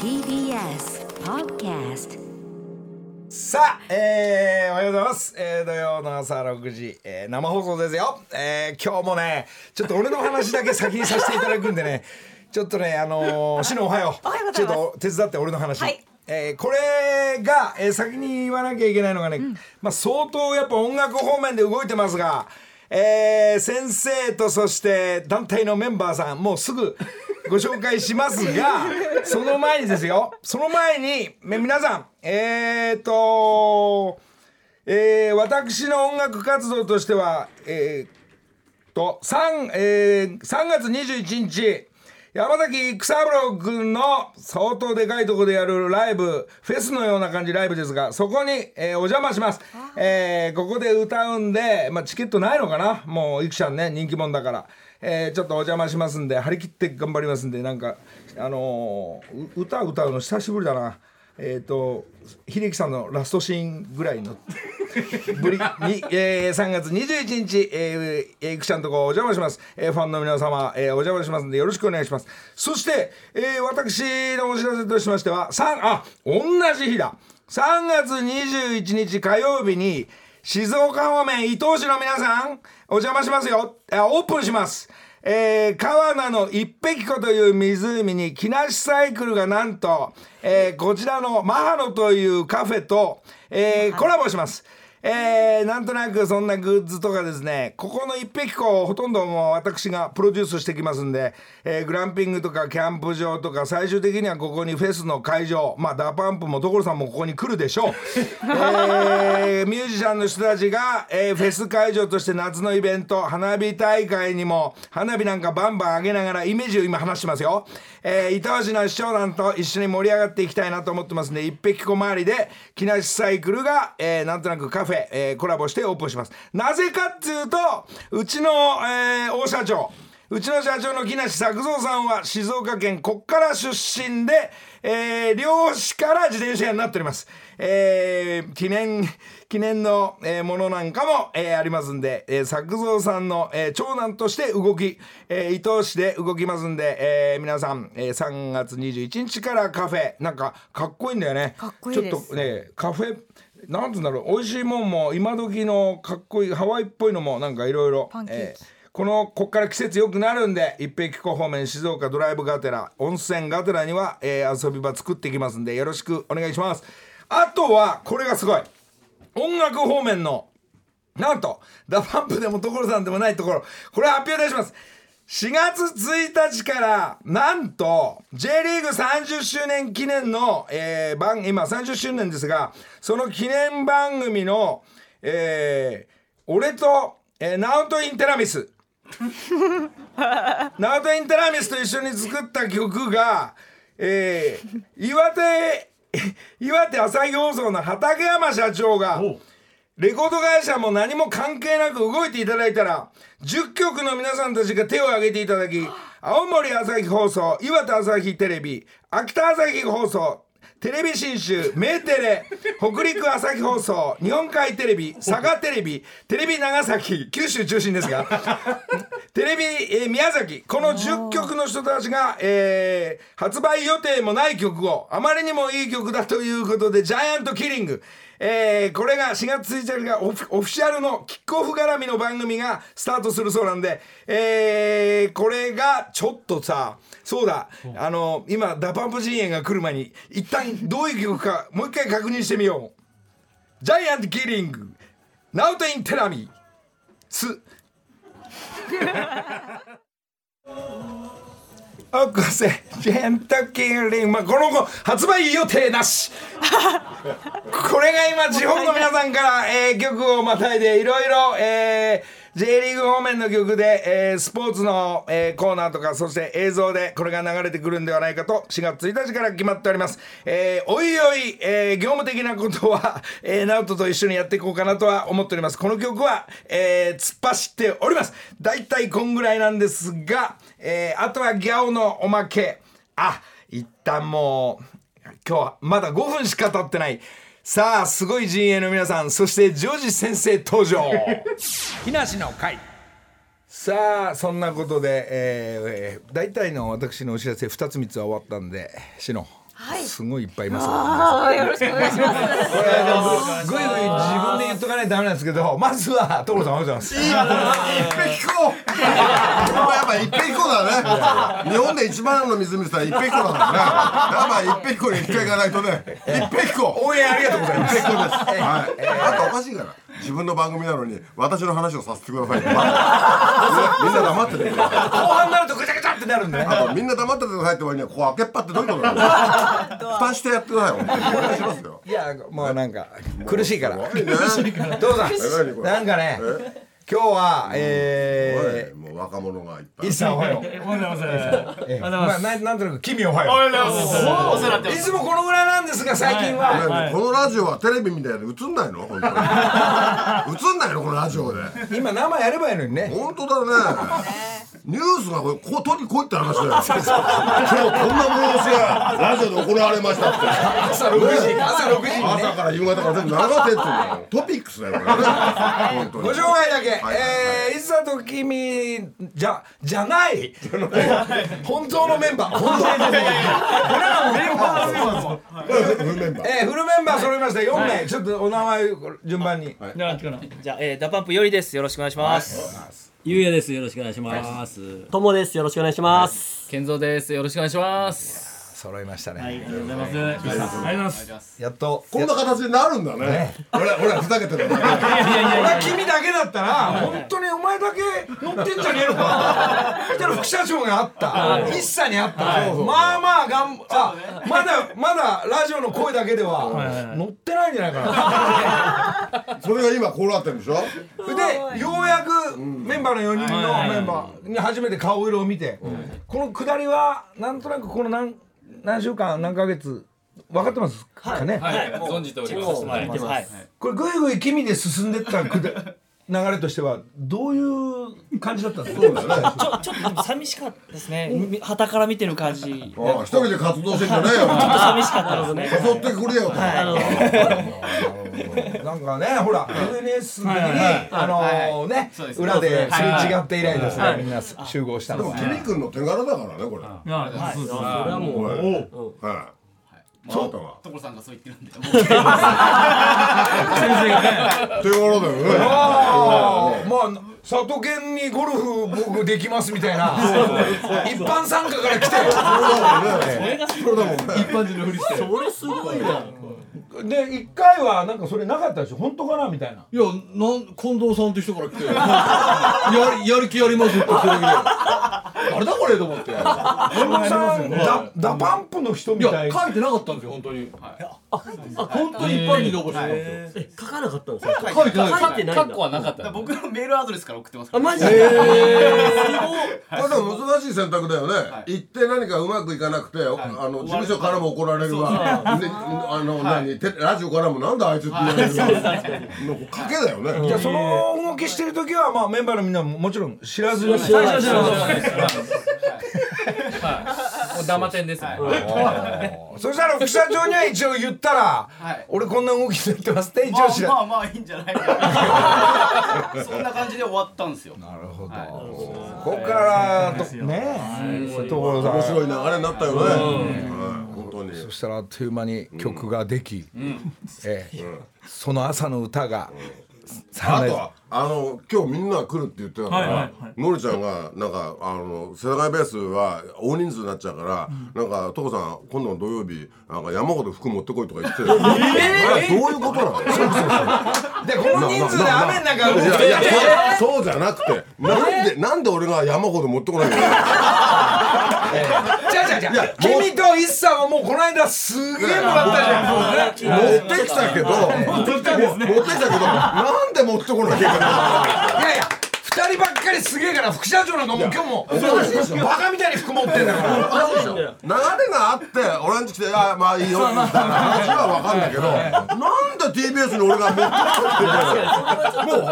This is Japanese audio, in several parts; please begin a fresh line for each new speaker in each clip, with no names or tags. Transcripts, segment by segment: TBS Podcast
さあ、えー、おはようございます、えー、土曜の朝6時、えー、生放送ですよ、えー、今日もねちょっと俺の話だけ先にさせていただくんでねちょっとねあのー、しのおはよう
おはようござ
ちょ
い
っ
ます
と手伝って俺の話、
はい
えーこれが、えー先に言わなきゃいけないのがね、まあ、相当やっぱ音楽方面で動いてますが、えー先生とそして団体のメンバーさんもうすぐご紹介しますがその前にですよその前に、め皆さんえっ、と、えー私の音楽活動としては、えーと 3,、えー、3月21日山崎育三郎君の相当でかいとこでやるライブフェスのような感じライブですがそこに、えーお邪魔します、えーここで歌うんで、まあ、チケットないのかなもういくちゃんね人気者だから、えーちょっとお邪魔しますんで張り切って頑張りますんでなんかあのーう歌歌うの久しぶりだなえっ、と秀樹さんのラストシーンぐらいのぶりに、えー、3月21日、えー、えー、くちゃんとこお邪魔します、えー、ファンの皆様、えー、お邪魔しますんでよろしくお願いしますそして、えー、私のお知らせとしましては3あ同じ日だ3月21日火曜日に静岡方面伊東市の皆さんお邪魔しますよあオープンしますえー、川名の一碧湖という湖に木梨サイクルがなんと、えー、こちらのマハノというカフェと、えー、コラボします。えー、なんとなくそんなグッズとかですねここの一匹湖をほとんどもう私がプロデュースしてきますんで、えーグランピングとかキャンプ場とか最終的にはここにフェスの会場まあダパンプも所さんもここに来るでしょう、えーミュージシャンの人たちが、えーフェス会場として夏のイベント花火大会にも花火なんかバンバン上げながらイメージを今話してますよ、えー伊東市の市長なんと一緒に盛り上がっていきたいなと思ってますんで一匹湖周りで木梨サイクルが、えーなんとなくカフェ、えーコラボしてオープンしますなぜかっていうとうちの、えー大社長うちの社長の木梨作三さんは静岡県こっから出身で、えー漁師から自転車屋になっております、えー記念記念の、えーものなんかも、えーありますんで、えー、作三さんの、えー長男として動き、えー伊東市で動きますんで、えー皆さん、えー3月21日からカフェなんかかっこいいんだよね
かっこいいです
ちょっとねカフェなんつうんだろう美味しいもんも今時のかっこいいハワイっぽいのもなんかいろいろ
パンケーキ
このこっから季節良くなるんで一平紀方面静岡ドライブがてら温泉がてらには、えー遊び場作ってきますんでよろしくお願いしますあとはこれがすごい音楽方面のなんとダパンプでも所さんでもないところこれ発表いたします4月1日からなんと J リーグ30周年記念の、えー番今30周年ですがその記念番組の、えー俺と、えーナウト・インテラミスナウト・インテラミスと一緒に作った曲が、えー岩手 岩手朝日放送の畠山社長がレコード会社も何も関係なく動いていただいたら10局の皆さんたちが手を挙げていただき青森朝日放送岩手朝日テレビ秋田朝日放送テレビ信州、メーテレ、北陸朝日放送、日本海テレビ、佐賀テレビ、テレビ長崎、九州中心ですが、 テレビ、えー宮崎、この10曲の人たちが、えー発売予定もない曲を、あまりにもいい曲だということで、ジャイアントキリング、えーこれが4月1日がオフオフィシャルのキックオフ絡みの番組がスタートするそうなんで、えーこれがちょっとさそうだあの今ダパンプ陣営が来る前に一旦どういう曲かもう一回確認してみようジャイアントキリングナウトインテラミス おこせジャイアントキリング、まあ、この後発売予定なしこれが今地方の皆さんから、えー曲をまたいでいろいろ、えー J リーグ方面の曲で、えースポーツの、えーコーナーとかそして映像でこれが流れてくるんではないかと4月1日から決まっております、えーおいおい、えー業務的なことは、 えー、ナウトと一緒にやっていこうかなとは思っておりますこの曲は、えー突っ走っております大体こんぐらいなんですが、えーあとはギャオのおまけあ一旦もう今日はまだ5分しか経ってないさあすごい陣営の皆さんそしてジョージ先生登場
木梨の会
さあそんなことで、えーえー大体の私のお知らせ2つ3つは終わったんでしの、
はい
すごいいっぱいいますから
ああ、よろしくお願いしま
こ
す。
れでもぐいぐい自分で言っとかないとダメなんですけどまずは所さんおはようございます。
一匹こう。これはやっぱ一匹こうだね。日本で一番の湖さん一匹こうなんだね。やっぱ一匹こうに一回行かないとね。一匹こう。
応援ありがとうございます。
一匹こうです。はい。あとおかしいから。自分の 番組なのに私の話をさせてくださいって。みんな黙っててください。
後半になるとぐちゃぐちゃってなるんでね。
あとみんな黙っててくださいって割にはここ開けっぱってどういうことなの。蓋してやってください。本当にお願いしますよ。
いやもうなんか苦しい から。
すごいね
所さ
何こ
ん
れ
なんかね今日は、え
おいもう若者がいっぱ
ー、
い
石。さんおはよう。
おはようございます。
えーまあ、なんなんとなく君おは
おは
よ
ようございます。お世話にな
う。
っ
い
て
つもこのぐらいなんですが最近は、
はい
このラジオはテレビみたいに映んないの本当に映んないのこのラジオで
今生やればいいのにね。
本当だねニュースがこれこう取り来いって 話だよ今日こんな催しがラジオで行われましたって
朝6時朝6時にね。
朝から夕方から全部流せってんだよトピックスだよこれね本当に
ご紹介だけ、
はい
えー、いつだと君じゃじゃない本当のメンバー本当のメンバー
これフルメンバー
えーフルメンバー揃いました4名、ちょっとお名前順番に、
じゃあ、えー、ダパンプよりです。よろしくお願いします。
ゆうやです。よろしくお願いします。
ともです。よろしくお願いします。
健三です。よろしくお願いします。
揃いましたね、
ありがとうございます。ありがとうございます。
やっと
こんな形になるんだね俺ら俺らふざけてるだけだよ
俺は君だけだったら本当にお前だけ乗ってんじ ゃねえのかそしたら副社長があった一茶にあった、まあまあがんあ、まだまだラジオの声だけでは、乗ってないんじゃないかな
それが今こうなってるんでしょ
でようやくメンバーの4人のメンバーに初めて顔色を見て、この下りはなんとなくこの何何週間何ヶ月分かってますかね、
はい、存じております。はい、はい、
これぐいぐい君で進んでったくだ流れとしてはどういう感じだったんですか
ちょ、ちょっとでも寂しかったですね。み旗から見てる感じ。
ああ一人で活動してんじゃねえよ
寂しかったですね。
誘ってくれよと
あの、
なんかねほら UNS 的にあのーね
そうです
裏です
はい
れ違って以来ですねみんな集合した
で
の
も
は
君くんの手柄だからねこれは
あそうそうそう
これはもう、
いそうだわ
所さんがそう言ってるんで。
手柄だよね
ああまあ佐渡県にゴルフ僕できますみたい な一般参加から来て
それすごいな。
で一回はなんかそれなかったでしょ本当かなみたいない
や、なん、近藤さんって人から来て。や、やる気やりますって言ってるけど。誰だこれと思って。いや、
近藤さんダダパンプの人みたい
書いてなかったんですよ、本当に。あ、本当に一般人で応募してたんですよ。
え、書かなかったんですか。
書いてないです
書いてないんだ。
はなかった。
僕のメールアドレスから送ってますか
あ、
ら。
マジで。
まあでも難しい選択だよね、行って何かうまくいかなくて、あの事務所からも怒られるわ、であの、何テラジオからもなんだあいつって言われるわ、もう賭けだよね、
じゃあその動きしてる時はまあメンバーのみんなももちろん知らずに
知らない
もうダマ店です。
そしたら副社長には一応言ったら
はい
俺こんな動きになってますって一
ま
応知ら
あまあまあいいんじゃないかな。そんな感じで終わったんですよ。
なるほどここからとねえ所
面
さん
白い流れになったよね、はい本当に
そしたらあっという間に曲ができええその朝の歌が
あ
サンライ
と
ズ
はあの今日みんな来るって言ってたから、のりちゃんがなんかあの世田谷ベースは大人数になっちゃうから、なんか所さん今度の土曜日なんか山ほど服持ってこいとか言ってる、えどういうことな の
でこの人数で雨の中動
い
い
や
て
いやそうそうじゃなくてなんでなんで俺が山ほど持ってこないんだよ
じゃあじゃあじゃあ君と一さんはもうこの間すげえもらったじゃん
持ってきたけど持ってきたけどなんで持ってこなきゃいけない
いやいや二人ばっかりすげえから副社長なんかもう今日もバカみたいに服持ってんだから
の流れがあって俺んち来て「あまあいいよ」みたいな話は分かんだけどなんで TBS に俺が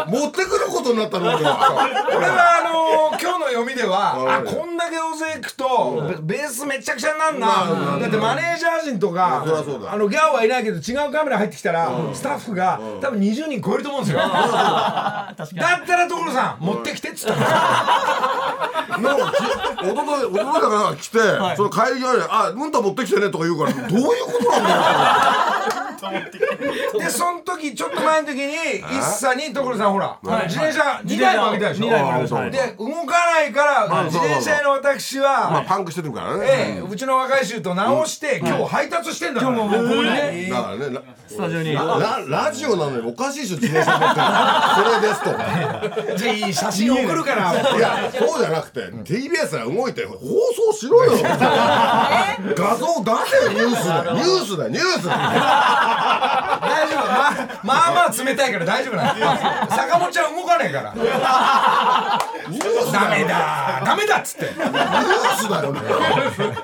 持ってくるってもう持ってくることになったの俺は
俺はあのー今日の読みではあ
うん
こんだけ大勢行くとベベースめちゃくちゃになんなだってマネージャー陣とか
そりゃそうだ
あのギャオはいないけど違うカメラ入ってきたらスタッフが多分20人超えると思うんですよだったら所さん持持ってきてっつったら
なんかき、おととい、おとといだから来て、その帰り際に、あ、ムンタ持ってきてねとか言うから、どういうことなんだよ。
でその時ちょっと前の時に一茶に所さんほら自転車2台もあげたでしょ
二台も
あげた
で動かないから自転車の私
まあ、
は
パンクしてるから
ええ
ね。
うちの若い衆と直して今日配達してんだから今日も僕ね
だからね、ラ
スタジオに
ララジオなのにおかしいでしょ、自転車持ってる。これですとか。
じゃあいい写真送るから
いや、そうじゃなくて、TBS が動いて放送しろよ。画像出せよ、ニュースだ、ニュースだ、ニュースだ。
大丈夫ままあまあ冷たいから大丈夫なんです坂本ちゃん動かないから
ニュース
ダ
だ
メ
よ、
だダメだっつって
ニ ュースだよね。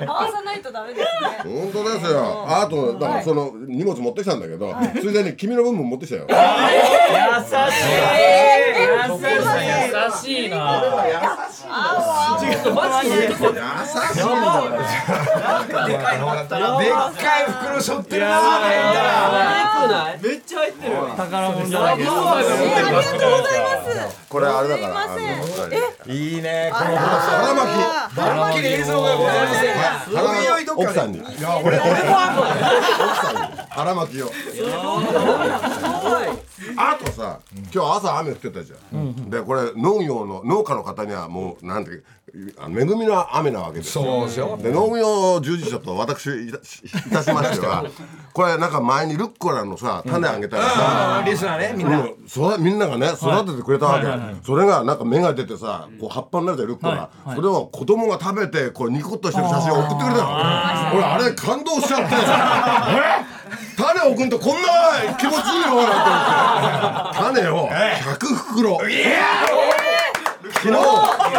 回さないとダメですね。
本当ですよ。あと、だからその荷物持ってきたんだけど、ついでに君の分も持ってきたよ。
優しいな
優しい
でっかい袋背負ってるなとか言ったら
めっちゃ入ってる
宝物じゃないけど
えーありがとうございます。
これあれだから。
すいません
あの
いいねこの
腹巻き。
はっきり映像がございませんが
腹巻き。奥さんに。いや、俺、俺も奥さんに。腹巻きを。あとさ、今日朝雨降ってたじゃん。で、これ農業の農家の方にはもうなんてあの恵みの雨なわけですよ。
そうですよ
で農業従事者と私いたしいたしまし てはこれなんか前にルッコラのさ種あげたらさ、
リスナーねみんな
うんそうみんながね育ててくれたわけ、それがなんか芽が出てさこう葉っぱになるじゃんルッコラ、それを子供が食べてこうニコッとしてる写真を送ってくれたの俺あれ感動しちゃ ってさえ種を送るとこんな気持ちいいのなんて思って種を100袋昨日昨日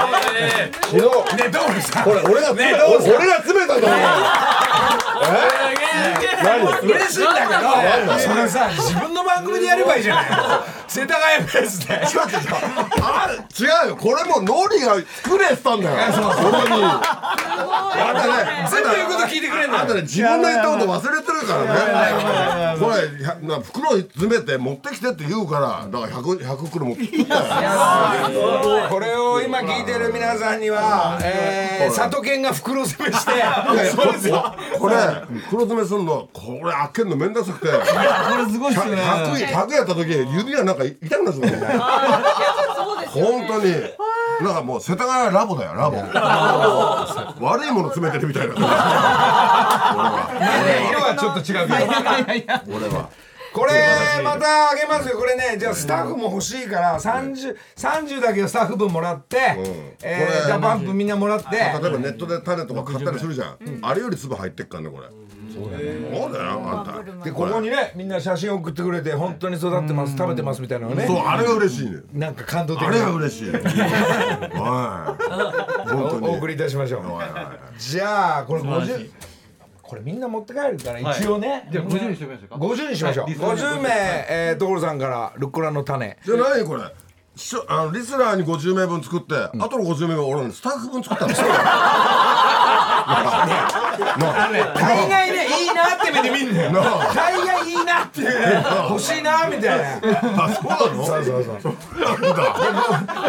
ねどうですか
これ俺が詰め、
ねどう
俺俺が詰めたと思う
嬉しいんだけどそれさ自分の番組でやればいいじゃない世田谷ベースで
違う違う違うあ違うよこれもうノリが作れてたんだよ俺にあとね
全部言うこと聞いてくれんの
あとね自分の言ったこと忘れてるからねこれひゃな袋に詰めて持ってきてって言うからだから 100, 100袋持ってきたよ
これを今聞いてる皆さんにはえー里犬が袋詰めしてそうですよ
これ袋詰めするのこれ開けるの面倒くさくてこれすごいっすね 100, 100やった時指がなんか痛くなっちゃったね
そうですよ
本
ね。
当になんかもう世田谷ラボだよラボ悪いもの詰めてるみたいな俺は
色はちょっと違うけど
俺は
これまたあげますよこれねじゃあスタッフも欲しいから3030だけどスタッフ分もらって、え
これ
ー、ジャパンプみんなもらって
例えばネットで種とか買ったりするじゃん、あれより粒入ってっからねこれそうだよあんた
でここにねみんな写真送ってくれて本当に育ってます食べてますみたいなのね
そうあれが嬉しいね
なんか感動的
あれが
な
嬉しいはい本当
お
に
お送りいたしましょう
はいはいはい
じゃあこれ
素晴らし
50
い
これみんな持って帰るから一応ね、
じゃあ50にしてみましょうか
50にしましょう、50名、えー、所さんからルッコラの種
じゃあ何これしょあのリスナーに50名分作って、あとの50名分俺のスタッフ分作ったの
大概 ねいいなって目で見んだよ
なあ
大概いいなって 欲しいなみたいな
あそうなの
そうそうそう
なんだ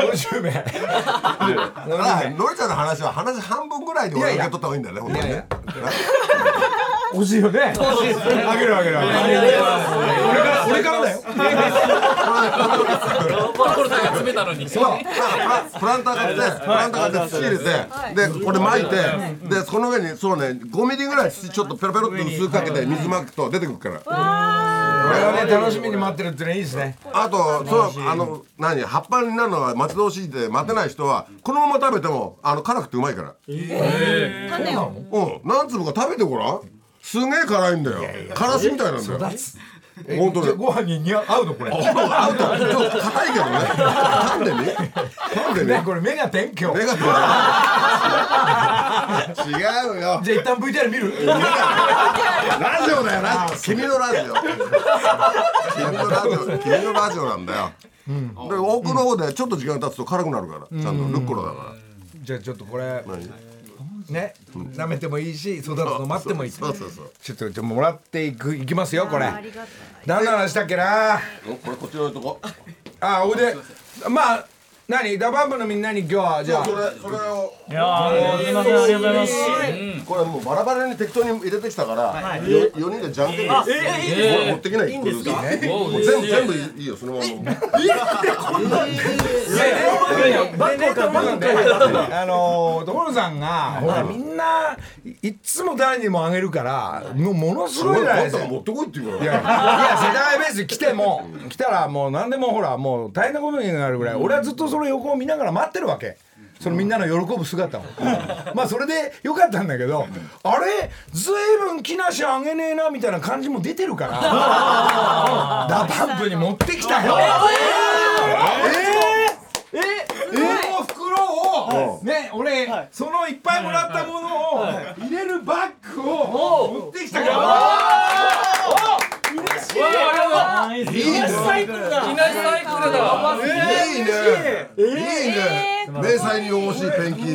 50名
あのりちゃんの話は話半分ぐらいで俺受け取った方がいいんだよね本当にね
欲しいよね欲しい あげるあげるあげる俺から俺からだよ
所さんが詰めたのに
そうだからプラプランター買ってプランター買って土入れてでこれ巻いてでその上にそうね5ミリぐらい土ちょっとペロペロっと薄くかけて水まくと出てくるから
これはね楽しみに待ってるってねいいですね
あとそうあの何葉っぱになるのが待ち遠しいで待てない人はこのまま食べてもあの辛くてうまいから
種を。
うん何粒か食べてごらんすげえ辛いんだよ辛子みたいなんだよ本当
じゃあ
に
ご飯に似合う合うのこれ
あもうアウトちょっと硬いけどね噛んでみ噛んでみ
ねこれ目が天今日
目が違う違うよ
じゃあ一旦 VTR 見る
ラジオだよラジオ君のラジオ君のラジオ君のラジオなんだよ、で奥の方でちょっと時間経つと辛くなるから、ちゃんとルッコラだから、
じゃあちょっとこれね舐めてもいいし育つの待ってもいい
そうそうそう
ちょっとじゃあもらっていくいきますよこれ
ありがとう。
何の話だっけな
これこっちのとこ
あおいでまあ何ダバンプのみんなに今日はじゃあ
それそれを
いやー、すみません、ありがとうございます。
これもうバラバラに適当に入れてきたから4人でじゃんけんでこれ持ってきないんですかもう全部全部いいよそのまま
バッグを買うんで、あのー所さんが、ほら、みんな、いいっつも誰にもあげるから、もうものすごいじゃないですか。い
持ってこいって言うか
や、いや世
ら
界ベース来ても、来たらもう何でもほら、もう大変なことになるぐらい、俺はずっとその横を見ながら待ってるわけ。そのみんなの喜ぶ姿を。まあそれでよかったんだけど、あれ、ずいぶん木梨あげねえなみたいな感じも出てるから、ダパンプに持ってきたよ。えーえこの袋をね俺そのいっぱいもらったものを入れるバッグを持ってきたから
いないサイクルだ
いいねいいね迷彩に汚しいペンキ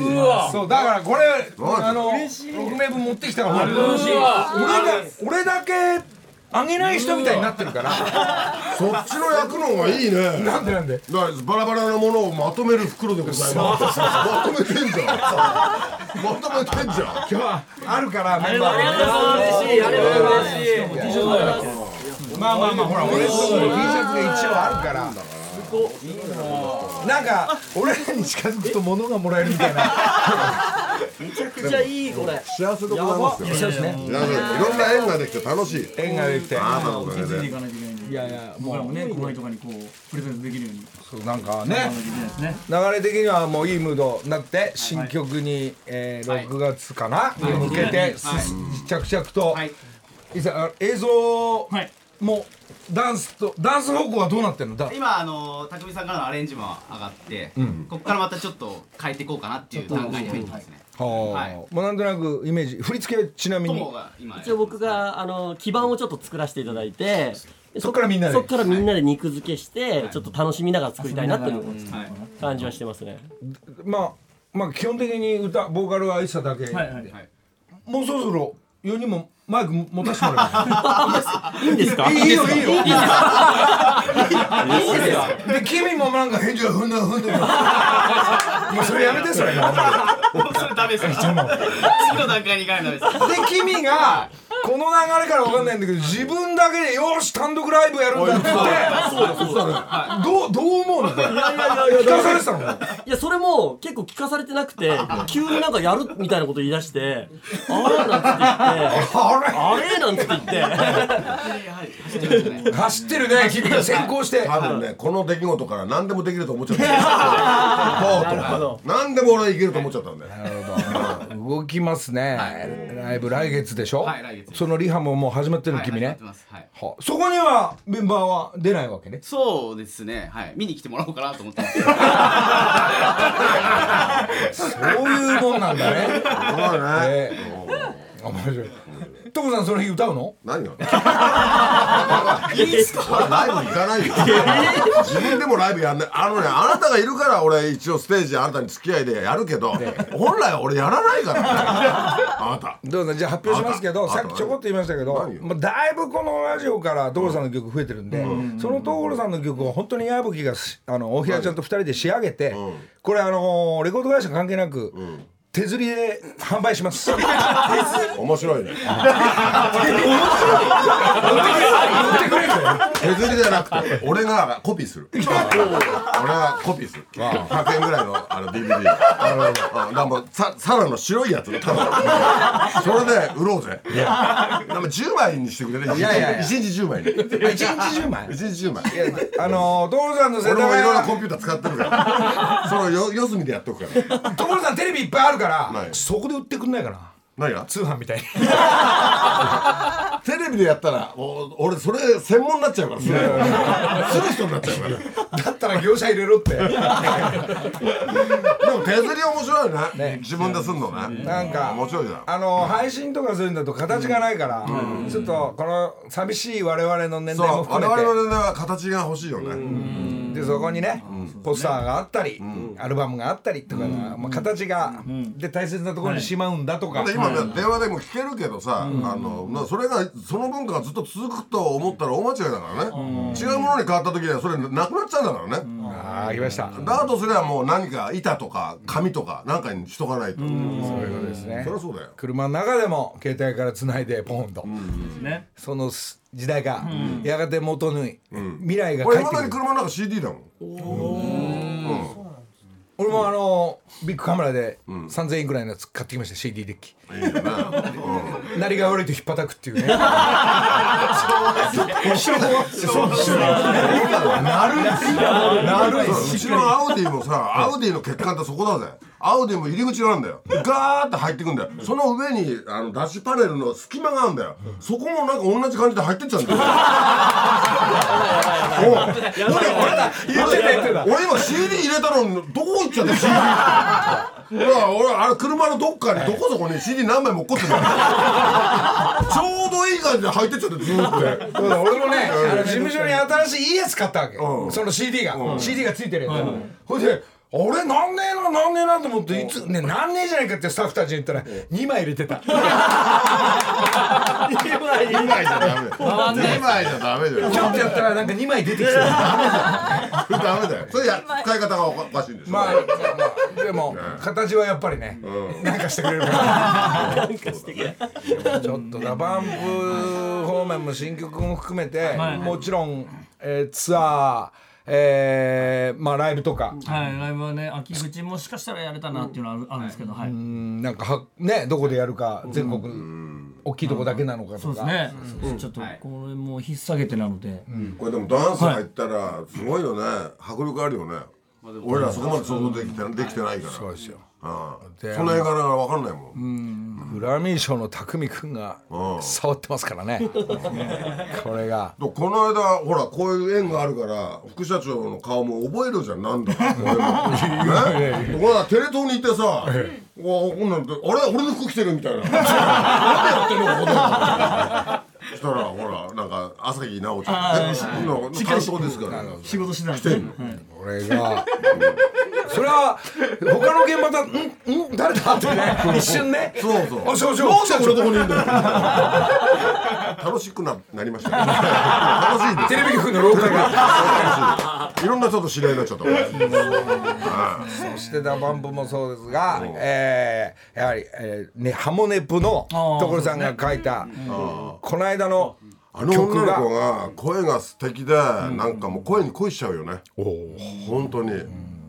そうだからこれ
マジ
あの6名分持ってきたから俺だ俺だけあげない人みたいになってるから
そっちの焼くの方がいいねだ
な
か
んでなんで
らバラバラのものをまとめる袋でございますまとめてんじゃんまとめてんじゃん
今日はあるからメンバーで
嬉しいあれは嬉しい
まあまあまあほら俺のとこも T シャツが一応あるからなんか俺らに近づくと物がもらえるみたいな
めっちゃいいこれ
幸せでございますよ
そうですね
いやいろんな縁ができて楽しい
縁ができて
あなたのおかげで
行かなきゃいけないんで。
いやいや
僕
も
らもね、後輩とかにこう、プレゼントできるように。
うなんかね
できないですね。
流れ的にはもういいムードになって新曲に、えー、6月かな、に向けてす、着々と、
はい
いざあ映像
はい。
もダンスとダンス方向はどうなってんのだ
今あの匠さんからのアレンジも上がって、ここからまたちょっと変えていこうかなっていう段階に入ってますね。
は
は
あ
い
もうなんとなくイメージ振り付けはちなみ
と
に
もが今
一応僕があの基盤をちょっと作らせていただいて
そっからみんなで
そっからみんなで肉付けしてちょっと楽しみながら作りたいなっていう
はい
感じはしてますね
まあまあ基本的に歌ボーカルは一さだけ、
はいはい。
もうそろそろ4人もマイク持たせてもら
いいんですか
えるいいよいいよいいよ
そうですよ。
で君もなんか返事がふんだふんだもうそれやめてそれもう
もうそれダメですよ。次の段階に行かないとダメですよ。
で君がこの流れからわかんないんだけど自分だけでよし単独ライブやるんだってどうどう思うのこれ聞かされてたの
いやそれも結構聞かされてな くて急になんかやるみたいなこと言い出して「あ
あ
ー」なんつって言って「あれ?」なんつって言って
れ走ってるね君が先行して
多分ねこの出来事から何でもできると思っち ゃった
なるほど
何でも俺はいけると思っちゃったんだよ
動きますね、ライブ来月でしょ、
はい来月
そのリハももう始まってるの君
はいやっ
ね
て、ますはい
はそこにはメンバーは出ないわけ ね
そうですね。はい。見に来てもらおうかなと思ってます。
そういうもんなんだね
すごいね
ええ面白いトコさんその日歌うの
何よ 俺ライブ行かないよ自分でもライブやんないあのねあなたがいるから俺一応ステージあなたに付き合いでやるけど本来俺やらない からねあなた
どうぞじゃあ発表しますけど
あと
さっきちょこっと言いましたけど
何よ
まあ、だいぶこのラジオから所さんの曲増えてるんで、その所さんの曲を本当に矢吹がしあの大平ちゃんと二人で仕上げて、これあのーレコード会社関係なく、手刷りで販売します。持って
面白いね
くれるんだよ
削りじゃなくて俺がコピーする俺がコピーする100円ぐらいのあの DVD あのもうさサラの白いやつね多分それで売ろうぜでも10枚にしてくれね1日
いやいやいや
10枚に1
一日十枚。
日10枚
あのー所さんの世
俺
田
もいろいろコン
谷
ピューター使ってるからそれをよ四隅でやっとくから
所さんテレビいっぱいあるから、
はい
そこで売ってくんないかな。
何が
通販みたいに。
テレビでやったらもう俺それ専門になっちゃうからする人になっちゃうから
だったら業者入れろって。
でも手刷り面白いね自分ですんのね
なんか
面白いじゃん
あの配信とかするんだと形がないから、ちょっとこの寂しい我々の年
そう
代も含
我
め
々
て
の年代は形が欲しいよね
でそこにねポスターがあったりアルバムがあったりとかなまあ形がで大切なところにしまうんだとか
だって今電話でも聞けるけどさ、あのまあそれがその文化がずっと続くと思ったら大間違いだからね、違うものに変わった時にはそれなくなっちゃうんだからね、
ああ来ました
だとすればもう何か板とか紙とか何かにしとかないと、
そういうことですね
そりゃそうだよ
車の中でも携帯からつないでポンと
ね
その時代がやがて元に未来が
俺
帰っ
いま
て
だ
く
に
る
車の中 CD だもん
俺もあのビッグカメラで3000円くらいのやつ買ってきました CD デッキ
いいよね、
鳴りが悪いと引っ叩くっていうね
なるうちのアウディもさアウディの欠陥ってそこだぜアウディも入り口なんだよガーって入ってくんだよその上にあのダッシュパネルの隙間があるんだよそこもなんか同じ感じで入ってっちゃうんだよ
俺俺だ言ってた言ってた
俺今 CD 入れたのにどこ行っちゃった CD ほら俺あれ車のどっかにどこそこに CD 何枚も落っこって たよちょうどいい感じで入ってっちゃってずーっと
そうだ俺もね、あの事務所に新しいいいやつ買ったわけ、
うん
その CD が、CD がついてるやつ、ほいで俺なんねえななんねえなと思っていつねなんねえじゃないかってスタッフたちに言ったら2枚入れてた
2枚じゃダメだよ2枚じゃダメだよ
ちょっとやったらなんか2枚出てきた
ダメだよそれや使い方がおかしいんでしょ、
まあまあでも形はやっぱりね、なんかしてくれるからなんかしてくれちょっとダバンプ方面も新曲も含めて、
はい
もちろん、えーツアーえーまあライブとか、
はいライブはね秋口もしかしたらやれたなっていうのはあるあるんですけどはい
うんなんかはねどこでやるか全国大きいとこだけなのか
そ
と
うで
か、
すねちょっとこれもう引っ提げてなので
これでもダンス入ったらすごいよね、迫力あるよね俺らそこまで想像できてできてないからそうですよ、うん、その絵柄が分かんないもん、
グラミー賞の匠くんが
うん
触ってま すからね、これが
でこの間ほらこういう縁があるから副社長の顔も覚えるじゃんなんだか俺もねところがテレ東に行ってさ「うわこんなんであれ俺の服着てる」みたいな「何やってんのここで」そしたらほらなんか朝日奈央ちゃんの担当ですから
仕事してたんですね
これがそれは他の現場だ「んん誰だ?」ってね一瞬ね
そうそう
あそうそう
なんで俺のとこにいるんだよ楽しくななりましたね楽しいです
テレビ局の廊下が
いろんな人と知り合いになっちゃったから
そしてダバンプもそうですが、えーやはり、えーね、ハモネプの所さんが書いた、この間の
あの女
曲
の
が
子が声が素敵でなんかもう声に恋しちゃうよね本当に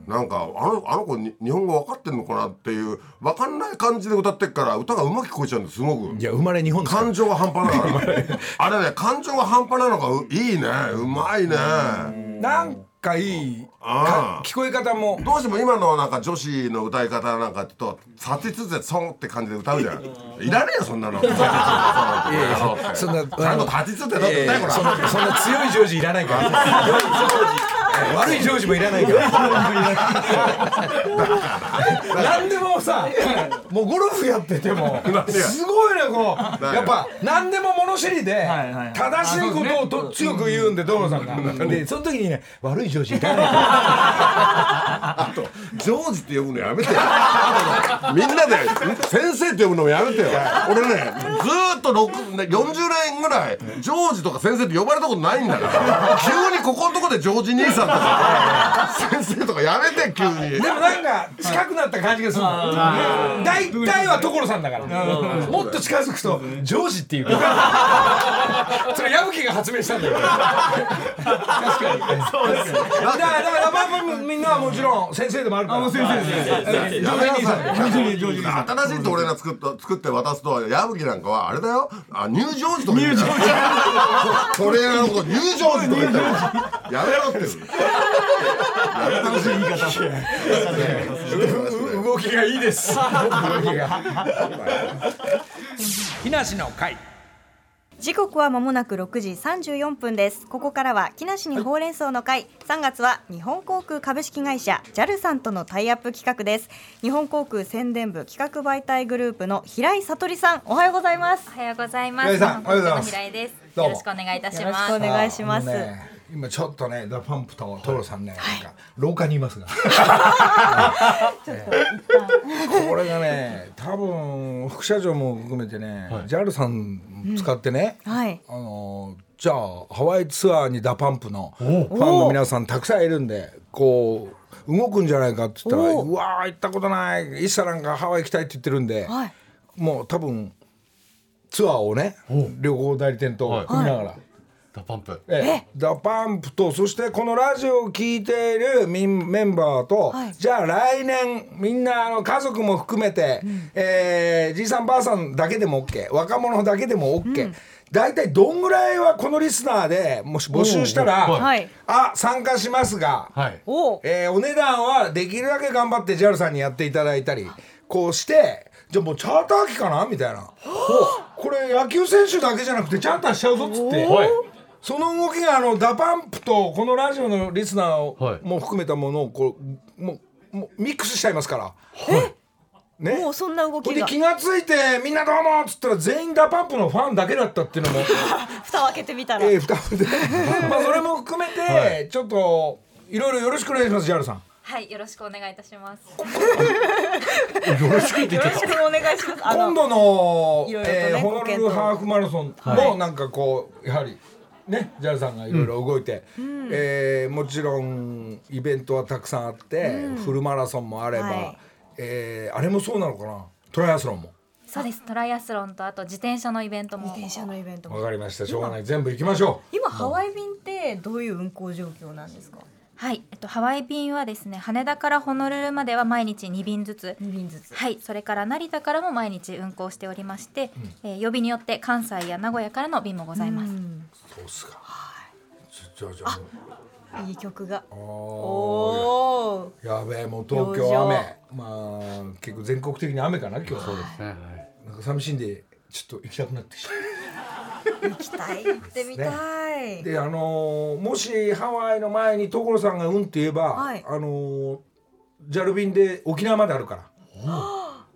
なんかあのあの子に日本語分かってんのかなっていう分かんない感じで歌ってっから歌がうまく聞こえちゃうんですすごく
いや生まれ日本ですから
感情が半端なのあれね感情が半端なのがういいねうまいね
なんかいいか
あー
聞こえ方も
どうしても今のなんか女子の歌い方なんかちょっと「さてつぜそん」って感じで歌うじゃんいらねえよそんなの
そんな、
ちゃんと立ちつってだって歌えこら
そんなそんな強いジョージいらない から。悪いジョージもいらないから。なんでもさ、もうゴルフやってても、すごいね、こう、やっぱ、なんでも物知りで
いはい、
正しいことをと強く言うんで、道路さんが。で、その時にね、悪いジョージいらないから。
あとジョージって呼ぶのやめてよあとねみんなで先生って呼ぶのもやめてよ俺ねずーっと6ね40年ぐらいジョージとか先生って呼ばれたことないんだから急にここのとこでジョージ兄さんとか先生とかやめて急に
でもなんか近くなった感じがするの大体は所さんだからもっと近づくとジョージって いうからそれ矢吹が発明したんだよ確かにだからだからラバンみんなはもちろん先生でもあるから先生ですジョージ兄さんだよ
新しいと俺が作った作って渡すと矢吹なんかはあれだよあ入場時とか言うんだよトレーナーのこと入場時とか言ったよやめろってやめてほしい言い方
う動きがいいです動き が日梨の会
時刻は間もなく6時34分ですここからは木梨にほうれん草の会、3月は日本航空株式会社 JAL さんとのタイアップ企画です日本航空宣伝部企画媒体グループの平井悟さんおはようございます
おはようございま
平井さんおはようございます
平井です
どうも
お願いいたし
よろしくお願いします
あのね今ちょっとねダパンプとトロさんね、なんか廊下にいますが これがね多分副社長も含めてね、JAL さん使ってね、
はい。
あのーじゃあハワイツアーにダパンプのファンの皆さんたくさんいるんでこう動くんじゃないかって言ったら「うわー行ったことない一社なんかハワイ行きたい」って言ってるんで、
はい
もう多分ツアーをね旅行代理店と組みながら。
ダパンプ
ええ、ダパンプとそしてこのラジオを聞いているみんメンバーと、
はい
じゃあ来年みんなあの家族も含めて、えーじいさんばあさんだけでも OK 若者だけでも OK、大体どんぐらいはこのリスナーでもし募集したら、
はい。
あ参加しますが、
はい
おお。
えーお値段はできるだけ頑張って JAL さんにやっていただいたりこうしてじゃあもうチャーター機かなみたいなこれ野球選手だけじゃなくてチャーターしちゃうぞっつって。
はい
その動きがあのダパンプとこのラジオのリスナーを、
はい
も含めたものをこうもうもうミックスしちゃいますから。ね、
もうそんな動
こ
き
れで
が。
気が付いて「みんなどうも」っつったら全員ダパンプのファンだけだったっていうのも、
蓋を開けてみたら。
えー、双子 でまあそれも含めて、ちょっといろいろよろしくお願いしますジャルさん。
はい、よろしくお願いいたします。
よろしくって言っちゃ
よ
っ
ろしく
た
お願いします。あ
今
の。
度の、
いろいろとね
えー、ホノ
ご
ル
検
ル
討
ハーフマラソンのなんかこう、やはりねジャルさんがいろいろ動いて、えーもちろんイベントはたくさんあって、フルマラソンもあれば、
はい
えーあれもそうなのかなトライアスロンも。
そうです。トライアスロンとあと自転車のイベントも。
電車のイベントも。
わかりましたしょうがない全部行きましょ
今ハワイ便ってどういう運行状況なんですか。
はい、えっとハワイ便はですね、羽田からホノルルまでは毎日2便ずつ。
二便ずつ。
はい、それから成田からも毎日運行しておりまして、えー曜日によって関西や名古屋からの便もございます。
う。そうっすか。じゃあじゃあ
いい曲が。
あ
お
ー
お
やべえもう東
表情
京雨まあ結構全国的に雨かな今日そうですねなんか寂しいんでちょっと行きたくなってきた
ー。行きたい。行ってみたい。
であのーもしハワイの前に所さんが「うん」って言えば、
はい
あのー、ジャル便で沖縄まであるから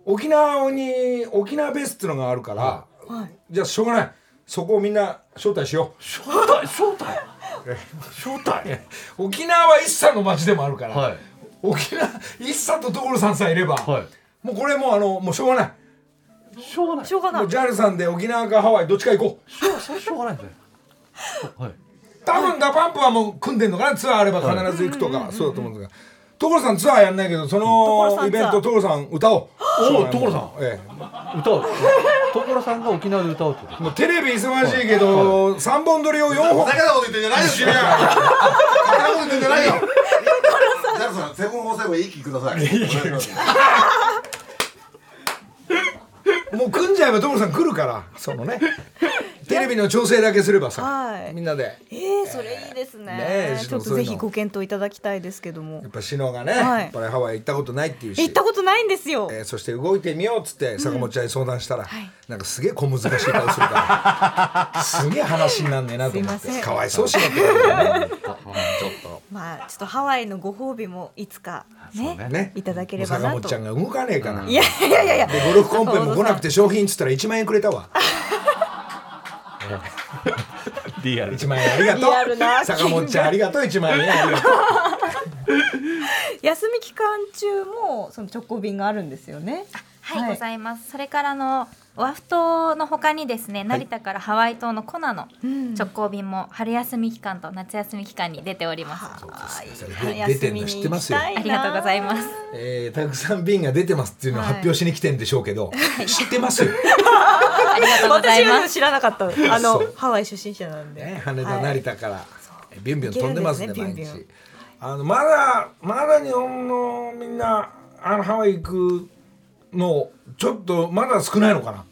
沖縄に沖縄ベースっていうのがあるから、
はい。
じゃあしょうがないそこをみんな招待しよう
招待招待招待
沖縄は一茶の町でもあるから、
はい
沖縄一茶と所さんさえいれば、
はい
もうこれもうあのもうしょうがない
しょうがない
しょうがな
も。
いう
JAL さんで沖縄かハワイどっちか行こう
しょうそれしょうがないですねはい
多分ダパンプはもう組んでんのかなツアーあれば必ず行くとかそうだと思うんですが所さんツアーやんないけどそ
所さ
の
ん
イベント所さん歌おう
おお所さん
え
歌う所さんが沖縄で歌うってこと
えもうテレビ忙しいけど3本撮りを4本
ふざけたこと言ってんじゃないよ君はふざけたこと言ってんじゃないよジャルさんセブンフォーセブン息くださいお願いします
もう組んじゃえば所さん来るからそのねテレビの調整だけすれば
は
さ
い
みんなで
えー、それいいですね。
ねえ
ちょっとぜひご検討いただきたいですけども
やっ。ぱシノがね
はい
やっぱりハワイ行ったことないっていうし
行ったことないんですよ。
えーそして動いてみようっつって坂本ちゃんに相談したら、なんかすげえ小難しい顔する からすげえ話になんねえなと思っ
すいま
て
せん
かわいそうしなってね
まあちょっとハワイのご褒美もいつかね
ね
いただけ
もう
れば
坂
な
本
と。
ちゃん
い
が動かねえから、
やいやいやいや。
でゴルフコンペも来なく
て。
て商品っつったら1万円くれた わ
リアル
1万円ありが
リアルな
とう坂本ちゃんありがとう1万円ありがとう
休み期間中もその直行便があるんですよね。
はい、
はい
ございます。それからあのオアフ島の他にですね、成田からハワイ島のコナの直行便も春休み期間と夏休み期間に出ております。
あ
そうで
ー
す出てんの知ってますよ
休み
あ
に行き
り
たな
がとうございます。
えーたくさん瓶が出てますっていうのを発表しに来てんでしょうけど、知ってます よ、
ありがとうござい
私
ま
は
す。
知らなか った。あの
そう
ハワイ出身者なんで。
ね、羽
は
田
い
成田から、ビュンビュン飛んでますんで
いける
毎
んですねビュン
日
ビュン
あのまだまだ日本のみんなあのハワイ行くのちょっとまだ少ないのかな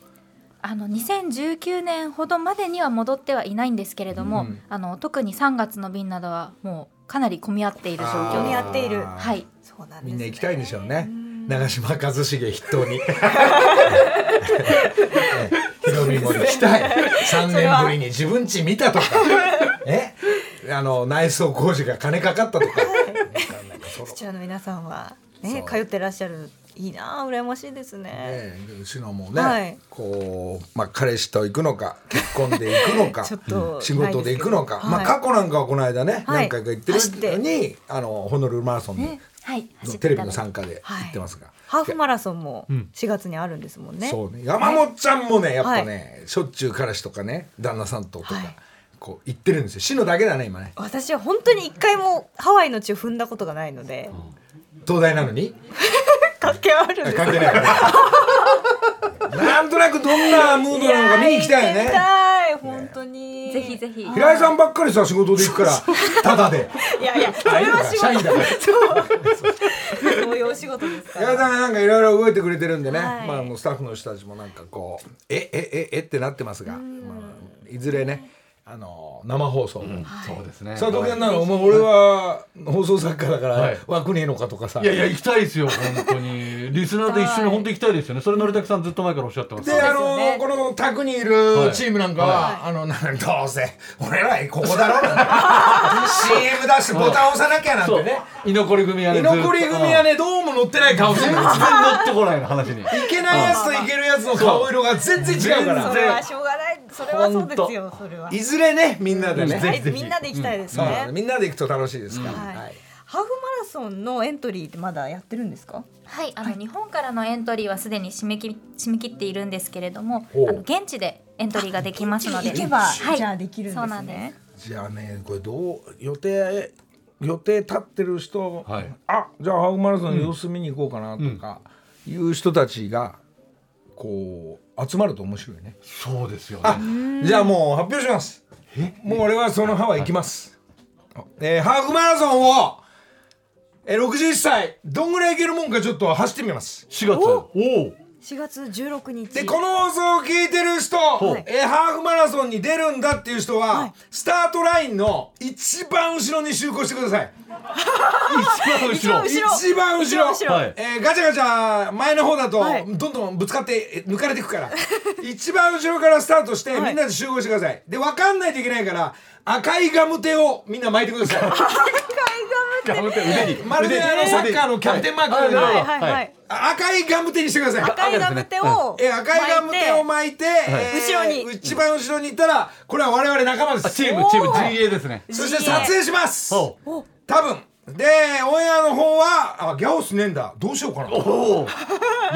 あの2019年ほどまでには戻ってはいないんですけれども、あの特に3月の便などはもうかなり混み合っている状
あー
況
興
で
味
す。
合っている。
はい。
そうなんです、ね。
みんな行きたいんでしょうね長嶋一茂筆頭 にヒロミも行きたい3年ぶりに自分家見 たとかえあの内装工事が金かかったとか
視聴の皆さんはね通ってらっしゃるいいなあ羨ましいですね。
ええうちのもね、
はい
こうまあ彼氏と行くのか結婚で行くのか
ちょっと
仕事で行くのか、
ないですけど
まあ
はい
過去なんかはこの間ね、
はい
何回か行って
走っ
る
て
のにあのホノルルマラソンに
ね、はい、走って
テレビ
た
の参加で
はい
行ってますが、
ハーフマラソンも
ん
4月にあるんですもんね。
そうね山本ちゃんもねやっぱね、しょっちゅう彼氏とかね旦那さんととか、
はい
こう行ってるんですよ死のだけだね今ね
私は本当に一回もハワイの地を踏んだことがないので、
東大なのに
関係あるんです。
関係ないよねなんとなくどんなムードなのか見に行きたいよ
行ってみ
ね
たい本当に。
ぜひぜひ。
平井さんばっかりさ仕事で行くからただで
いやいや、それは仕
社員だ
事
か。
そう。そういうお仕事ですか
矢
ら。
田さんがなんかいろいろ動いてくれてるんでね、
はい
まあ、あのスタッフの人たちもなんかこうええええってなってますが、まあ、いずれねあの生放送も、
そうですね
さあ時計なの、もう俺は放送作家だから、
はい
枠ねえのかとかさ
いやいや行きたいですよ本当にリスナーと一緒に本当に行きたいですよねそれのりたくさんずっと前からおっしゃってます
であの
よね
この宅にいるチームなんかは、あのなんどうせ俺らここだろうなんて CM 出してボタン押さなきゃなん
そう
てね
居残り組はね
居残り組は
ね
ねどうも乗ってない顔してる
全然乗ってこないの話に
いけないやつといけるやつの顔色が全然違うから
それはしょうがない。それはそうですよ。それは。
いずれねみんなでね、
はい、みんなで行きたいです
そうなんです
ね。
みんなで行くと楽しいですから、
はい
はい
ハーフマラソンのエントリーってまだやってるんですか？
はい、あの、日本からのエントリーはすでに締め切締め切っているんですけれども、
ほう
あの現地でエントリーができますので、
行けば、
はい、
じゃあできるん
そ
ですね。
うなんです。
じゃあねこれどう予定予定立ってる人、
はい
あじゃあハーフマラソンの様子見に行こうかなとか、いう人たちがこう集まると面白いね、
そうですよね
あじゃあもう発表しますもう俺はそのハワイ行きます、えーハーフマラソンを、えー、61歳どんぐらい行けるもんかちょっと走ってみます
4月おお
4月16日。
でこの放送を聞いてる人、
い
えーハーフマラソンに出るんだっていう人は、スタートラインの一番後ろに集合してください
一番後ろ
後ろ
一番後ろ
一番後ろ
はい
えーガチャガチャ前の方だと、
はい
どんどんぶつかってえー抜かれていくから 一番後ろからスタートして、み
い
んなで集合してくださいで分かんないといけないから赤いガムテをみんな巻いてくだ さい
頑張って腕に
まるであのサッカーのキャプテンマークのような
は
はいいはいはい。
赤いガムテにしてください
赤いガムテを
えー赤いガムテを巻いて、えー
後ろに
一番後ろにいたらこれは我々仲間です
チームチーム GA ですね
そして撮影します多
お
分でオンエアの方はあギャオスねえんだどうしようかな
おお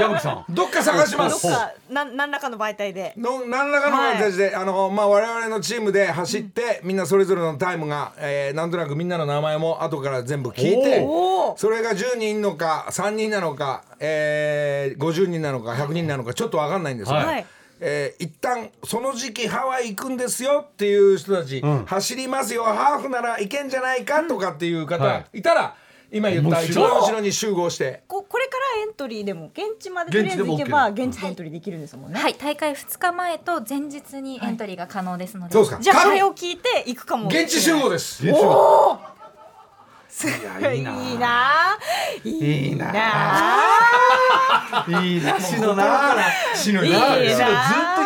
矢吹さん
どっか探しま
どっ
す
かなん何らかの媒体で。
の何らかの形で、あのまあ我々のチームで走って、みんなそれぞれのタイムが、えーなんとなくみんなの名前も後から全部聞いて
おー
それが10人のか3人なのか、えー、50人なのか100人なのかちょっと分かんないんですが、
はい
えー一旦その時期ハワイ行くんですよっていう人たち、走りますよハーフならいけんじゃないかとかっていう方、、
はい
たら今言った
面白い
一番後ろに集合して。
ここれからエントリーでも現地までとりあえず行けば現地でエントリーできるんですもんね。
はい、大会2日前と前日にエントリーが可能ですので、
そうですか
じゃあそれを聞いて行くかも。
現地集合です
いいなあ。いいなあ。
いいなしの
だか
な
ら死ぬ
いいな
ずっと言っ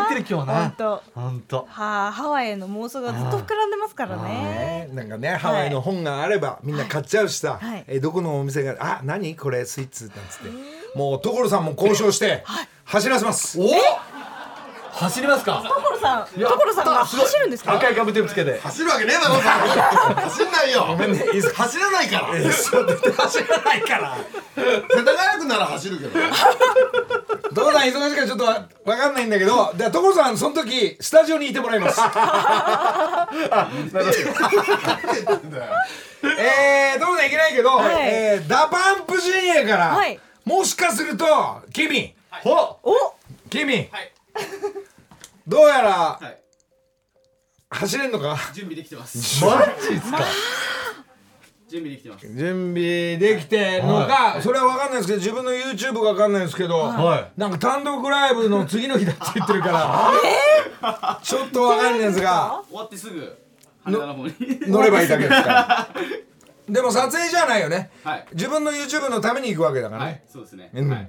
てる今日
本
な
当。
本当
はあ、ハワイへの妄想がずっと膨らんでますからね。
ねなんかね、ハワイの本があればみんな買っちゃうしさ、
はい
えーどこのお店があ何これスイーツなんつってもう所さんも交渉して走らせます、
走りますか
所さん、所さんが走るんですか。
赤いガムテープつけて
走るわけねえだろさ走んないよ走らないから
走らないから
世田谷区なら走るけど
所さん忙しいからちょっとわわかんないんだけどじゃあ所さんその時スタジオにいてもらい ますえー、所さんいけないけど、
はい
えーダパンプ陣営から、
はい
もしかすると君
ほ
君、
はい
どうやら
はい
走れんのか
準備できてます
マジっすか
準備できてます
準備できてるのか、それは分かんないですけど自分の YouTube が分かんないですけど、
は
なんか単独ライブの次の日だって言ってるからちょっと分かんないですが
終わってすぐ羽田の方に
乗ればいいだけですからでも撮影じゃないよね、
はい
自分の YouTube のために行くわけだから
は
ね
い、そうですね
うん
はい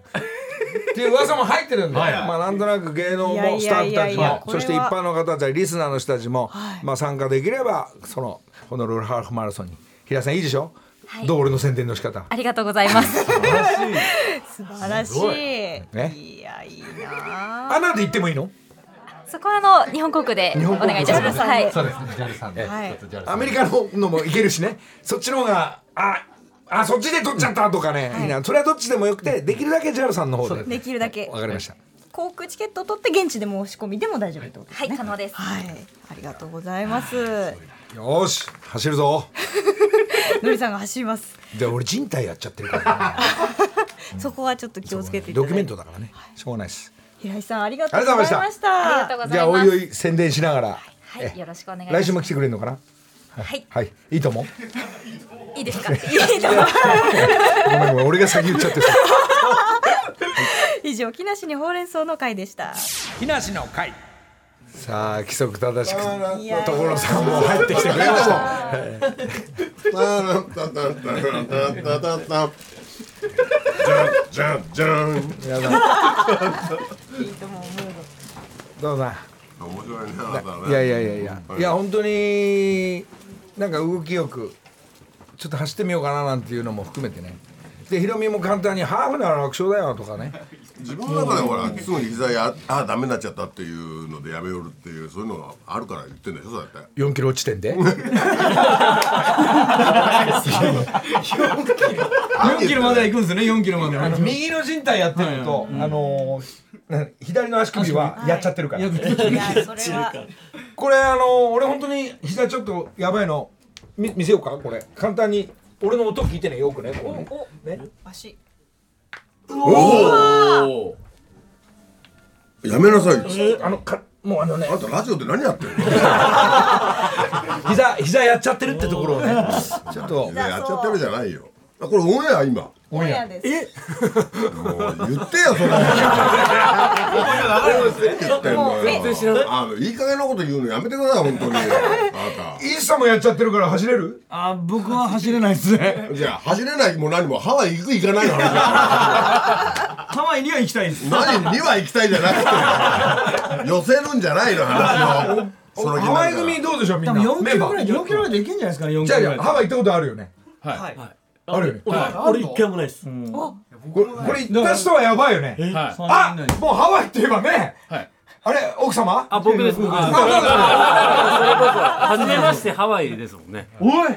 っていう噂も入ってるんで、
はい
まあなんとなく芸能
いやいや
も
いや
スタッフたち
いや
も
これ
そ
は
して一般の方たちリスナーの人たちも、まあ参加できればそのホノルルハーフマラソンに平井さんいいでしょどう俺の宣伝の仕方
ありがとうござ います。素晴
らしい
らし
すごい
い。
ね
いやいいなあ。
アナで言ってもいいの
そこはあの日本航空で
日
お
本航空
願いいたします。はい。
そうですね、ジャルさんで。
はい
ちょっとジャルさん
アメリカののもいけるしねそっちの方がああそっちで取っちゃったとかね、いいなそれはどっちでもよくてできるだけ JAL さんの方で
できるだけ
わかりました
航空チケットを取って現地で申し込みでも大丈夫ってことです
は
ね。
い、可能です。
はい、ありがとうございます。
よーし走るぞ
のりさんが走ります。
で俺人体やっちゃってるから、
そこはちょっと気をつけて
ね、
いた
ド
だ
キュメ
い
ン
て
ト。だからねしょうがないです
平井さんありがとうございました。
ありがとうご
ありがとうございます。
じゃあおいおい宣伝しながら、
はい、よろしくお願いしま
来
す
週。も来てくれるのかな
はい、
はいいいと思う
いいですか。いいと思います
ごめんごめん俺が先言っちゃってさ
以上木梨にほうれん草の会でした。
木梨の会さあ規則正しく
いやー
所さんも入ってきてくれました
じゃんじゃん
皆さん
いいとも思うの。
どうぞ
面白いねあなたね
いやいやいやいや、
うん
いや本当になんか動きよくちょっと走ってみようかななんていうのも含めてねでヒロミも簡単に「ハーフなら楽勝だよ」とかね
自分の中でほらすぐに膝やあダメになっちゃったっていうのでやめよるっていうそういうのがあるから言ってんでしょそうやって
4キロ地 点で
4キロまでは行くんですよね4キロまで
あ
は
の右の靭帯やってるのと、あのな左の足首はやっちゃってるから、
いやそれは
これあの俺本当に膝ちょっとやばいの見見せようかこれ簡単に俺の音聞いてねよくねこうね
お
ね
足。
やめなさいよ
あのかもうあのね
あなたラジオで何やってんの
膝膝やっちゃってるってところをねちょっと
いややっちゃってるじゃないよあこれオンエア今も
オンエアです。
う言ってよそれ言ってんのよあのいい加減なこと言うのやめてください本当にあな
イーサもやっちゃってるから走れる
あ僕は走れないですね
たじゃあ走れないも何もハワイ行く行かないの話だ
ハワイには行きたいです
よ何には行きたいじゃなくて寄せるんじゃないの話のその気
ハ
にな
ワ
る
イ
から
組どうでしょうみん
多
な
分4
メ
キ
ンバ
ロ
ー
ぐらい4キロぐらいで行けんじゃないですかね4キ
じゃ
ロぐ
あじ
ら
ゃ
い
あハワイ行ったことあるよねあるよね
俺俺一回もないです。
これこれ行った人はやばいよねあもうハワイって言えばね
はい
あれ奥様
あ、僕です、僕です。それこそ、初めましてハワイですもんね。
おい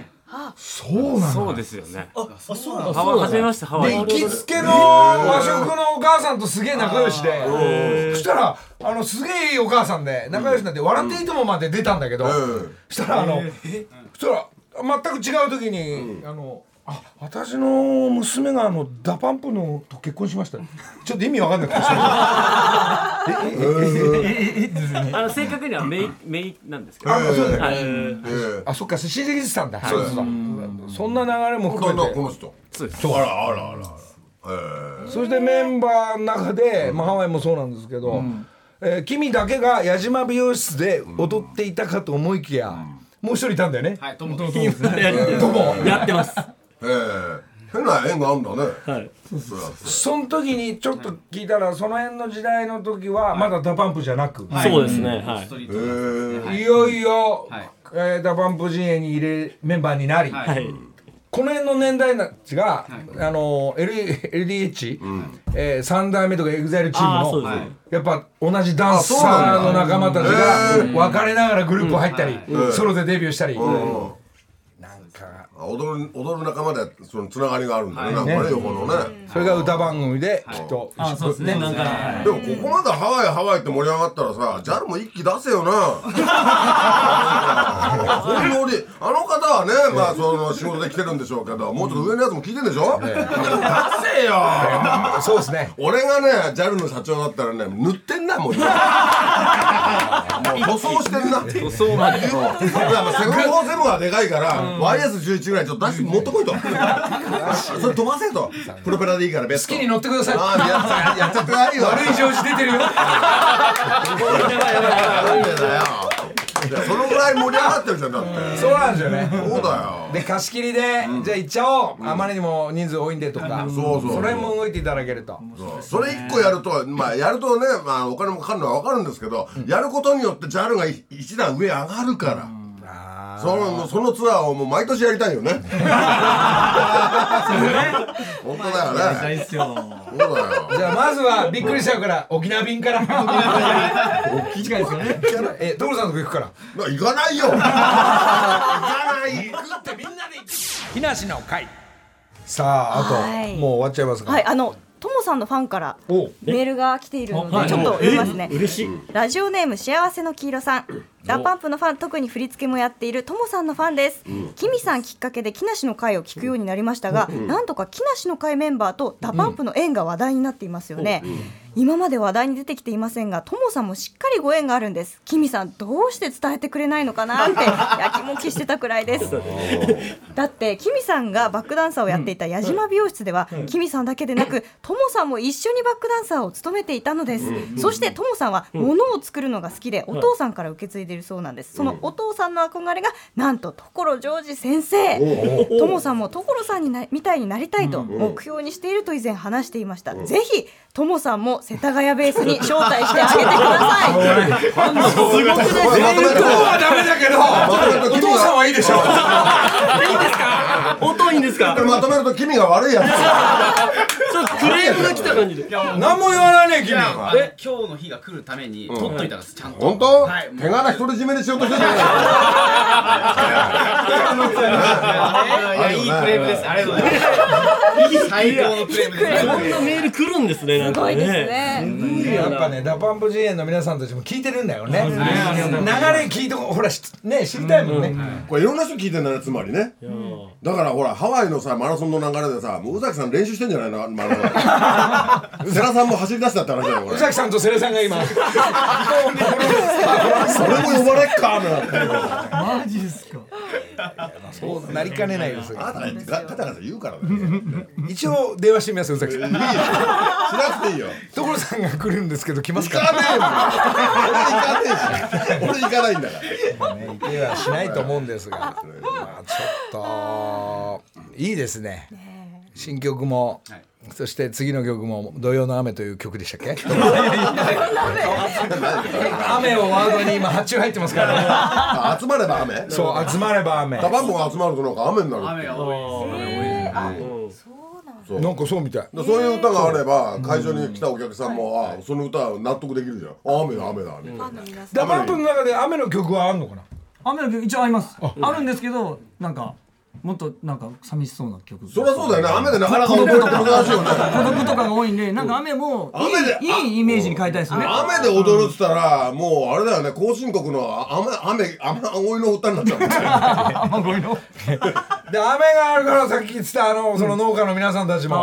そうなの
そうですよね。
あ、そうなん
ハワイ、初めましてハワイ。
行きつけの和食のお母さんとすげえ仲良しでそしたらあのすげえいいお母さんで仲良しになって「笑っていいとも」まで出たんだけど
うん
そしたらあのそしたら全く違う時にあのあ私の娘があのダパンプのと結婚しましたちょっと意味わか んなくて
あの、正確にはメイ、メイなんですけど。
あそうだね
はいうん
ええ
あそっか親戚してたんだそうそうそんな流れも
こ
含
の
め
こ
て
の人
そうです。
あらあらあらあらえ
そしてメンバーの中で、まあ、ハワイもそうなんですけど、えー君だけが矢島美容室で踊っていたかと思いきや、もう一人いたんだよね、
はい、ともと
どうも
やってます。
えええ変な縁があんだね
はい。
その時にちょっと聞いたらその辺の時代の時はまだダパンプじゃなく、
はい
そうですね、は
ス
い。
トリー
え
ト
え
い、よいよ、
はい
えーダパンプ陣営に入れメンバーになり、
はい
はい。
この辺の年代たちが、
い
あの L- LDH、えー、3代目とか EXILE チ
ああ、
ー
そ
ム
う
の
ですね。
やっぱ同じダンサーの仲間たち
あそうなん
が別れながらグループ入ったり、
ん
ソロでデビューしたり、
うん
なんか
あ踊る踊る仲間でそのつながりがあるんだね、なんかね横のね
それが歌番組できっと、
あそうですねなんかはい
でもここまでハワイハワイって盛り上がったらさ JAL も一気出せよな本当にあの方はねまあその仕事で来てるんでしょうけどもうちょっと上のやつも聞いてんでしょ、出せよ
そうですね
俺がね JAL の社長だったらね塗ってんなもう 今もう塗装してんな塗装ま でセブンフォーセブンはでかいから YS11 ぐらいちょっと出して持ってこいとそれ飛ばせとプロペラでいいからベスト
好きに乗ってください
ああやっちゃってないよ
悪い上司出てる よ
なんでだよいやそのぐらい盛り上がってるじゃんだって
そうなんですよね
そうだ
で貸し切りで、じゃあ行っちゃおう、あまりにも人数多いんでとか、
んそうそう
の辺も動いていただけると、
よそれ一個やるとまあやるとねまあお金もかかるのはわかるんですけどやることによって JAL が一段上上がるから
な
そのそのツアーをもう毎年やりたいよね本当だよね
りたいっすよ
そうだよ
じゃあまずはびっくりしちゃうから沖縄便から近いですよねえ所さんのとこ行くから
まあ行かないよ行かない
木梨の会さああ
は
と
い
もう終わっちゃいますか
はい、あの、ともさんのファンから
おう
メールが来ているの
あは
で、
い
ちょっと読みますね。
嬉しい。
ラジオネーム幸せの黄色さん。ダパンプのファン、特に振り付けもやっているともさんのファンです。キミさんきっかけで木梨の会を聞くようになりましたが、なんとか木梨の会メンバーとダパンプの縁が話題になっていますよね。今まで話題に出てきていませんが、ともさんもしっかりご縁があるんです。キミさんどうして伝えてくれないのかなってやきもきしてたくらいです。 だってキミさんがバックダンサーをやっていた矢島美容室では、キミさんだけでな くトモさんも一緒にバックダンサーを務めていたのです、そしてトモさんは物を作るのが好きで、お父さんから受け継いでいるそうなんですそのお父さんの憧れがなんと所ジョージ先生トモさんも所さんになみたいになりたいと目標にしていると以前話していました、ぜひトモさんも世田谷ベースに招待してあげてく ださい
まとめると
はダメだけど
お父さんはいいでしょ
音いいんですか
これまとめると君が悪いやつ
ちょっとクレームが来た感じで。
何も言わないね
い
君
やあの
え
今日の日が来るために取っといたんですちゃんと
本当
はい
手柄独り占めにしようとしてるじゃない
いやいいクレームですありがとうございます最高のクレームです
こんなメール来るんですね。なん
す
か
ご
ね
いです。ね
やっぱねダパンプ GN の皆さんたちも聞いてるんだよね流れ聞いてほらしね知りたいもんね
これいろんな人聞いてんだねつまりねだからほらハワイのさマラソンの流れでさもう宇崎さん練習してんじゃないのマラソン世良さんも走り出したって話だよこ
宇
れ
崎さんとセレさんが今
それも呼ばれっかなんて
マジですか
そうなりかねないです
あなたねガガタガタ言うからだよいいよ
一応電話してみます宇崎さん
しなくていいよ
所さんが来るんですけど来ます
行
か
かねえもん俺行かねえし俺行かないんだから
ね、いけはしないと思うんですが、まあ、ちょっといいですね。新曲も、そして次の曲も「土曜の雨」という曲でしたっけ雨をワードに今発注入ってますから、
あ集まれば雨
そう集まれば雨な
ダ
んか
バンポが集まるとなんか雨になるって
雨が多いです
そうみたい
でそういう歌があれば会場に来たお客さんも、あその歌は納得できるじゃんあ雨だ雨だみたいな、
ダバンプの中で雨の曲はあんのかな
雨の曲一応ありますあるんですけどなんかもっとなんか寂しそうな曲
そりゃそうだよね雨でなかなか踊るって難しいよね
孤独とかが多いんでなんか雨も
雨で
いいいいイメージに変えたいですよね
雨で踊るっつったらもうあれだよね後進国のあ雨雨雨葵の歌になっちゃうもんね
雨乞いの
で雨があるからさっき言ってたあのその農家の皆さんたちも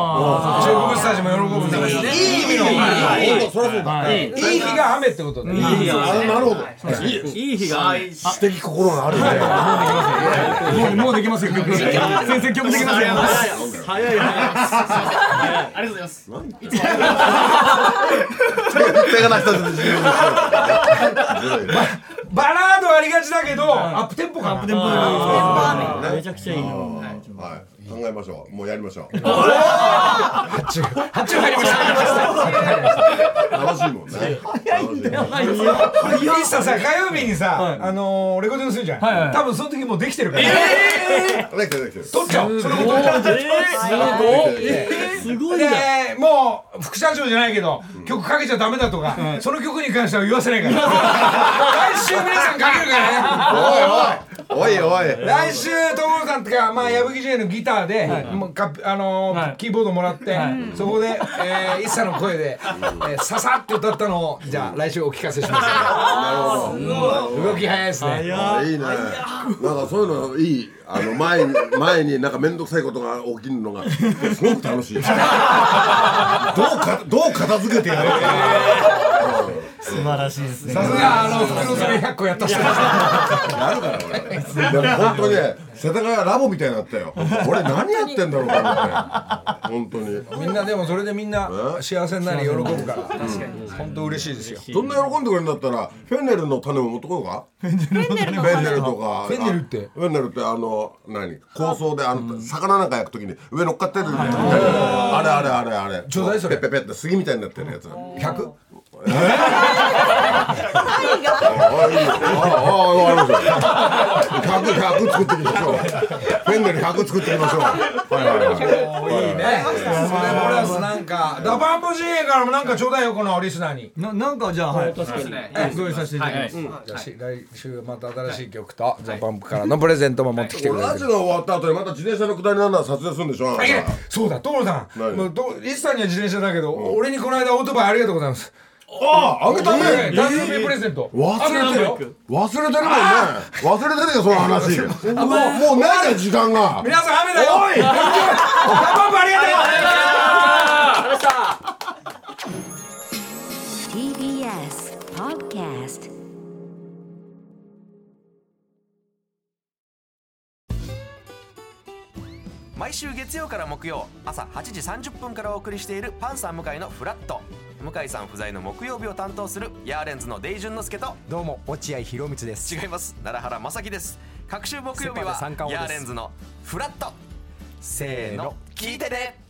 植物たちも喜ぶんだしいい意味の
ほんとそりゃそうだ、
はい
いい日が雨ってことで、いい日が
あなるほど
いい日が。
はい
素敵心のあるね
もうもうでき ますよ曲先生曲できますよ
早い早い。
ありがとうございます
手が出したって自由にして
バラードありがちだけど、アップテンポかアップテンポ
めちゃくちゃいいな。
るはい考えましょうもうやりましょう
発注発注入りました
楽しいもんね早いんだよ
イッサさ火曜日にさ、あのーレコーディングするじゃん、
いはい
多分その時もうできてるから、
できてるできてる
撮っちゃおうそれも
すごい
で
な。
もう副社長じゃないけど、曲かけちゃダメだとか、その曲に関しては言わせないから来週皆さんかけるからね
おいおいおいおい
来週所さんとかまあ矢吹 J のギターで、もうかあのー
はい
キーボードもらって、そこで、えー、一茶の声で、えー、ささって歌ったのをじゃあ来週お聞かせします。動き早いですね。
あいいねなんかそういうのいいあの前に前になんか面倒くさいことが起きるのがすごく楽しいどうかどう片付けてやる
素晴らしいですね
さすがあの袋詰め100個やった人ですね。
やるから俺でも本当にね世田谷ラボみたいになったよ俺何やってんだろうと思って本当 に
みんなでもそれでみんな幸せになり喜ぶから、本当嬉しいですよ。
そんな喜んでくれるんだったらフェンネルの種も持ってこようかフェンネルとか
フェンネルって
フェンネルってあの何構想であの魚なんか焼くときに上乗っかってるみたいなあれあれあれあれ
ちょうだいそれ
ペッペッペッって杉みたいになってるやつ
100?
あいいよああああ分かりました100 100作っていきましょうフェンネル100作っていきましょうはいはいはいはい
ね。それプラスなんか、ダパンプ GA からもなんかちょうだいよ、このリスナーに。
ななんかじゃあはい
そうですね
えご用意させていただきます、
じゃあし来週また新しい曲と、ザ・パンプからのプレゼントも持ってきてくれ
ラ
る
ジ。オが終わった後にまた自転車の下りなんだら撮影するんでしょあなた
えそうだ、所さん。
何
もうどリスさんには自転車だけど、俺にこの間オートバイありがとうございます。
あああげたね
ええ誕生日プレゼント。
忘れてるよ忘れてるもんね忘れてるよその 話もうもうないよ時間が
皆さん雨だよ。
おい
ダパンプありがとう。
TBS Podcast
Flat
せーの、聞いてね。